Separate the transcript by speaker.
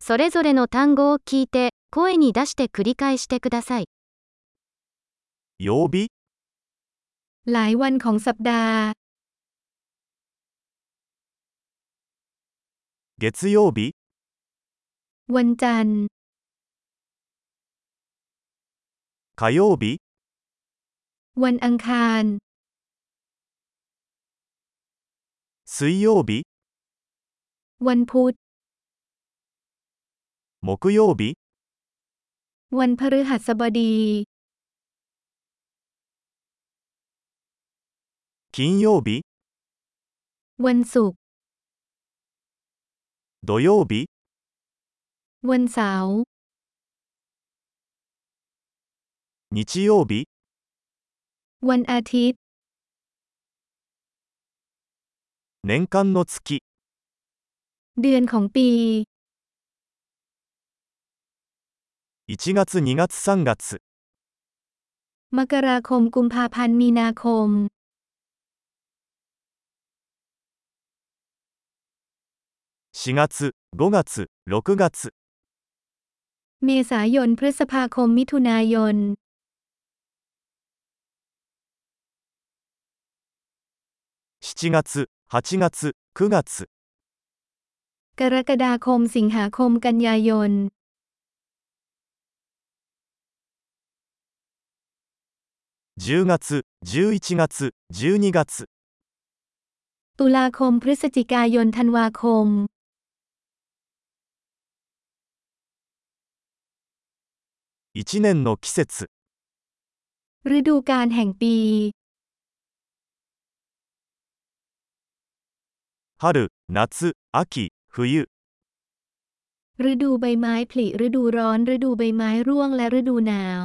Speaker 1: それぞれの単語を聞いて、声に出して繰り返してください。
Speaker 2: 曜日、
Speaker 3: หลายวันของสัปดาห์
Speaker 2: 月曜日、
Speaker 3: วันจันทร์
Speaker 2: 火曜日、
Speaker 3: วันอังคาร
Speaker 2: 水曜日、
Speaker 3: วันพุธ
Speaker 2: 木曜日、
Speaker 3: วันพฤหัสบดี
Speaker 2: 金曜日、
Speaker 3: วันศุกร์
Speaker 2: 土曜日、
Speaker 3: วันเสาร์
Speaker 2: 日曜日、
Speaker 3: วันอาทิตย์
Speaker 2: 年間の月、
Speaker 3: เดือนของปี
Speaker 2: 1月2月3月、
Speaker 3: มกราคมกุมภาพันธ์มีนาคม
Speaker 2: 4月、5月、6月、
Speaker 3: เมษายนพฤษภาคมมิถุนายน
Speaker 2: 7月、8月、9月、
Speaker 3: กรกฎาคมสิงหาคมกันยายน
Speaker 2: 10月、11月、12月、
Speaker 3: ตุลาคมพฤศจิกายนธันวาคม
Speaker 2: 1年の季節、
Speaker 3: ฤดูกาลแห่งปี
Speaker 2: 春、夏、秋、冬、
Speaker 3: ฤดูใบไม้ผลิฤดูร้อน ฤดูใบไม้ร่วงและฤดูหนาว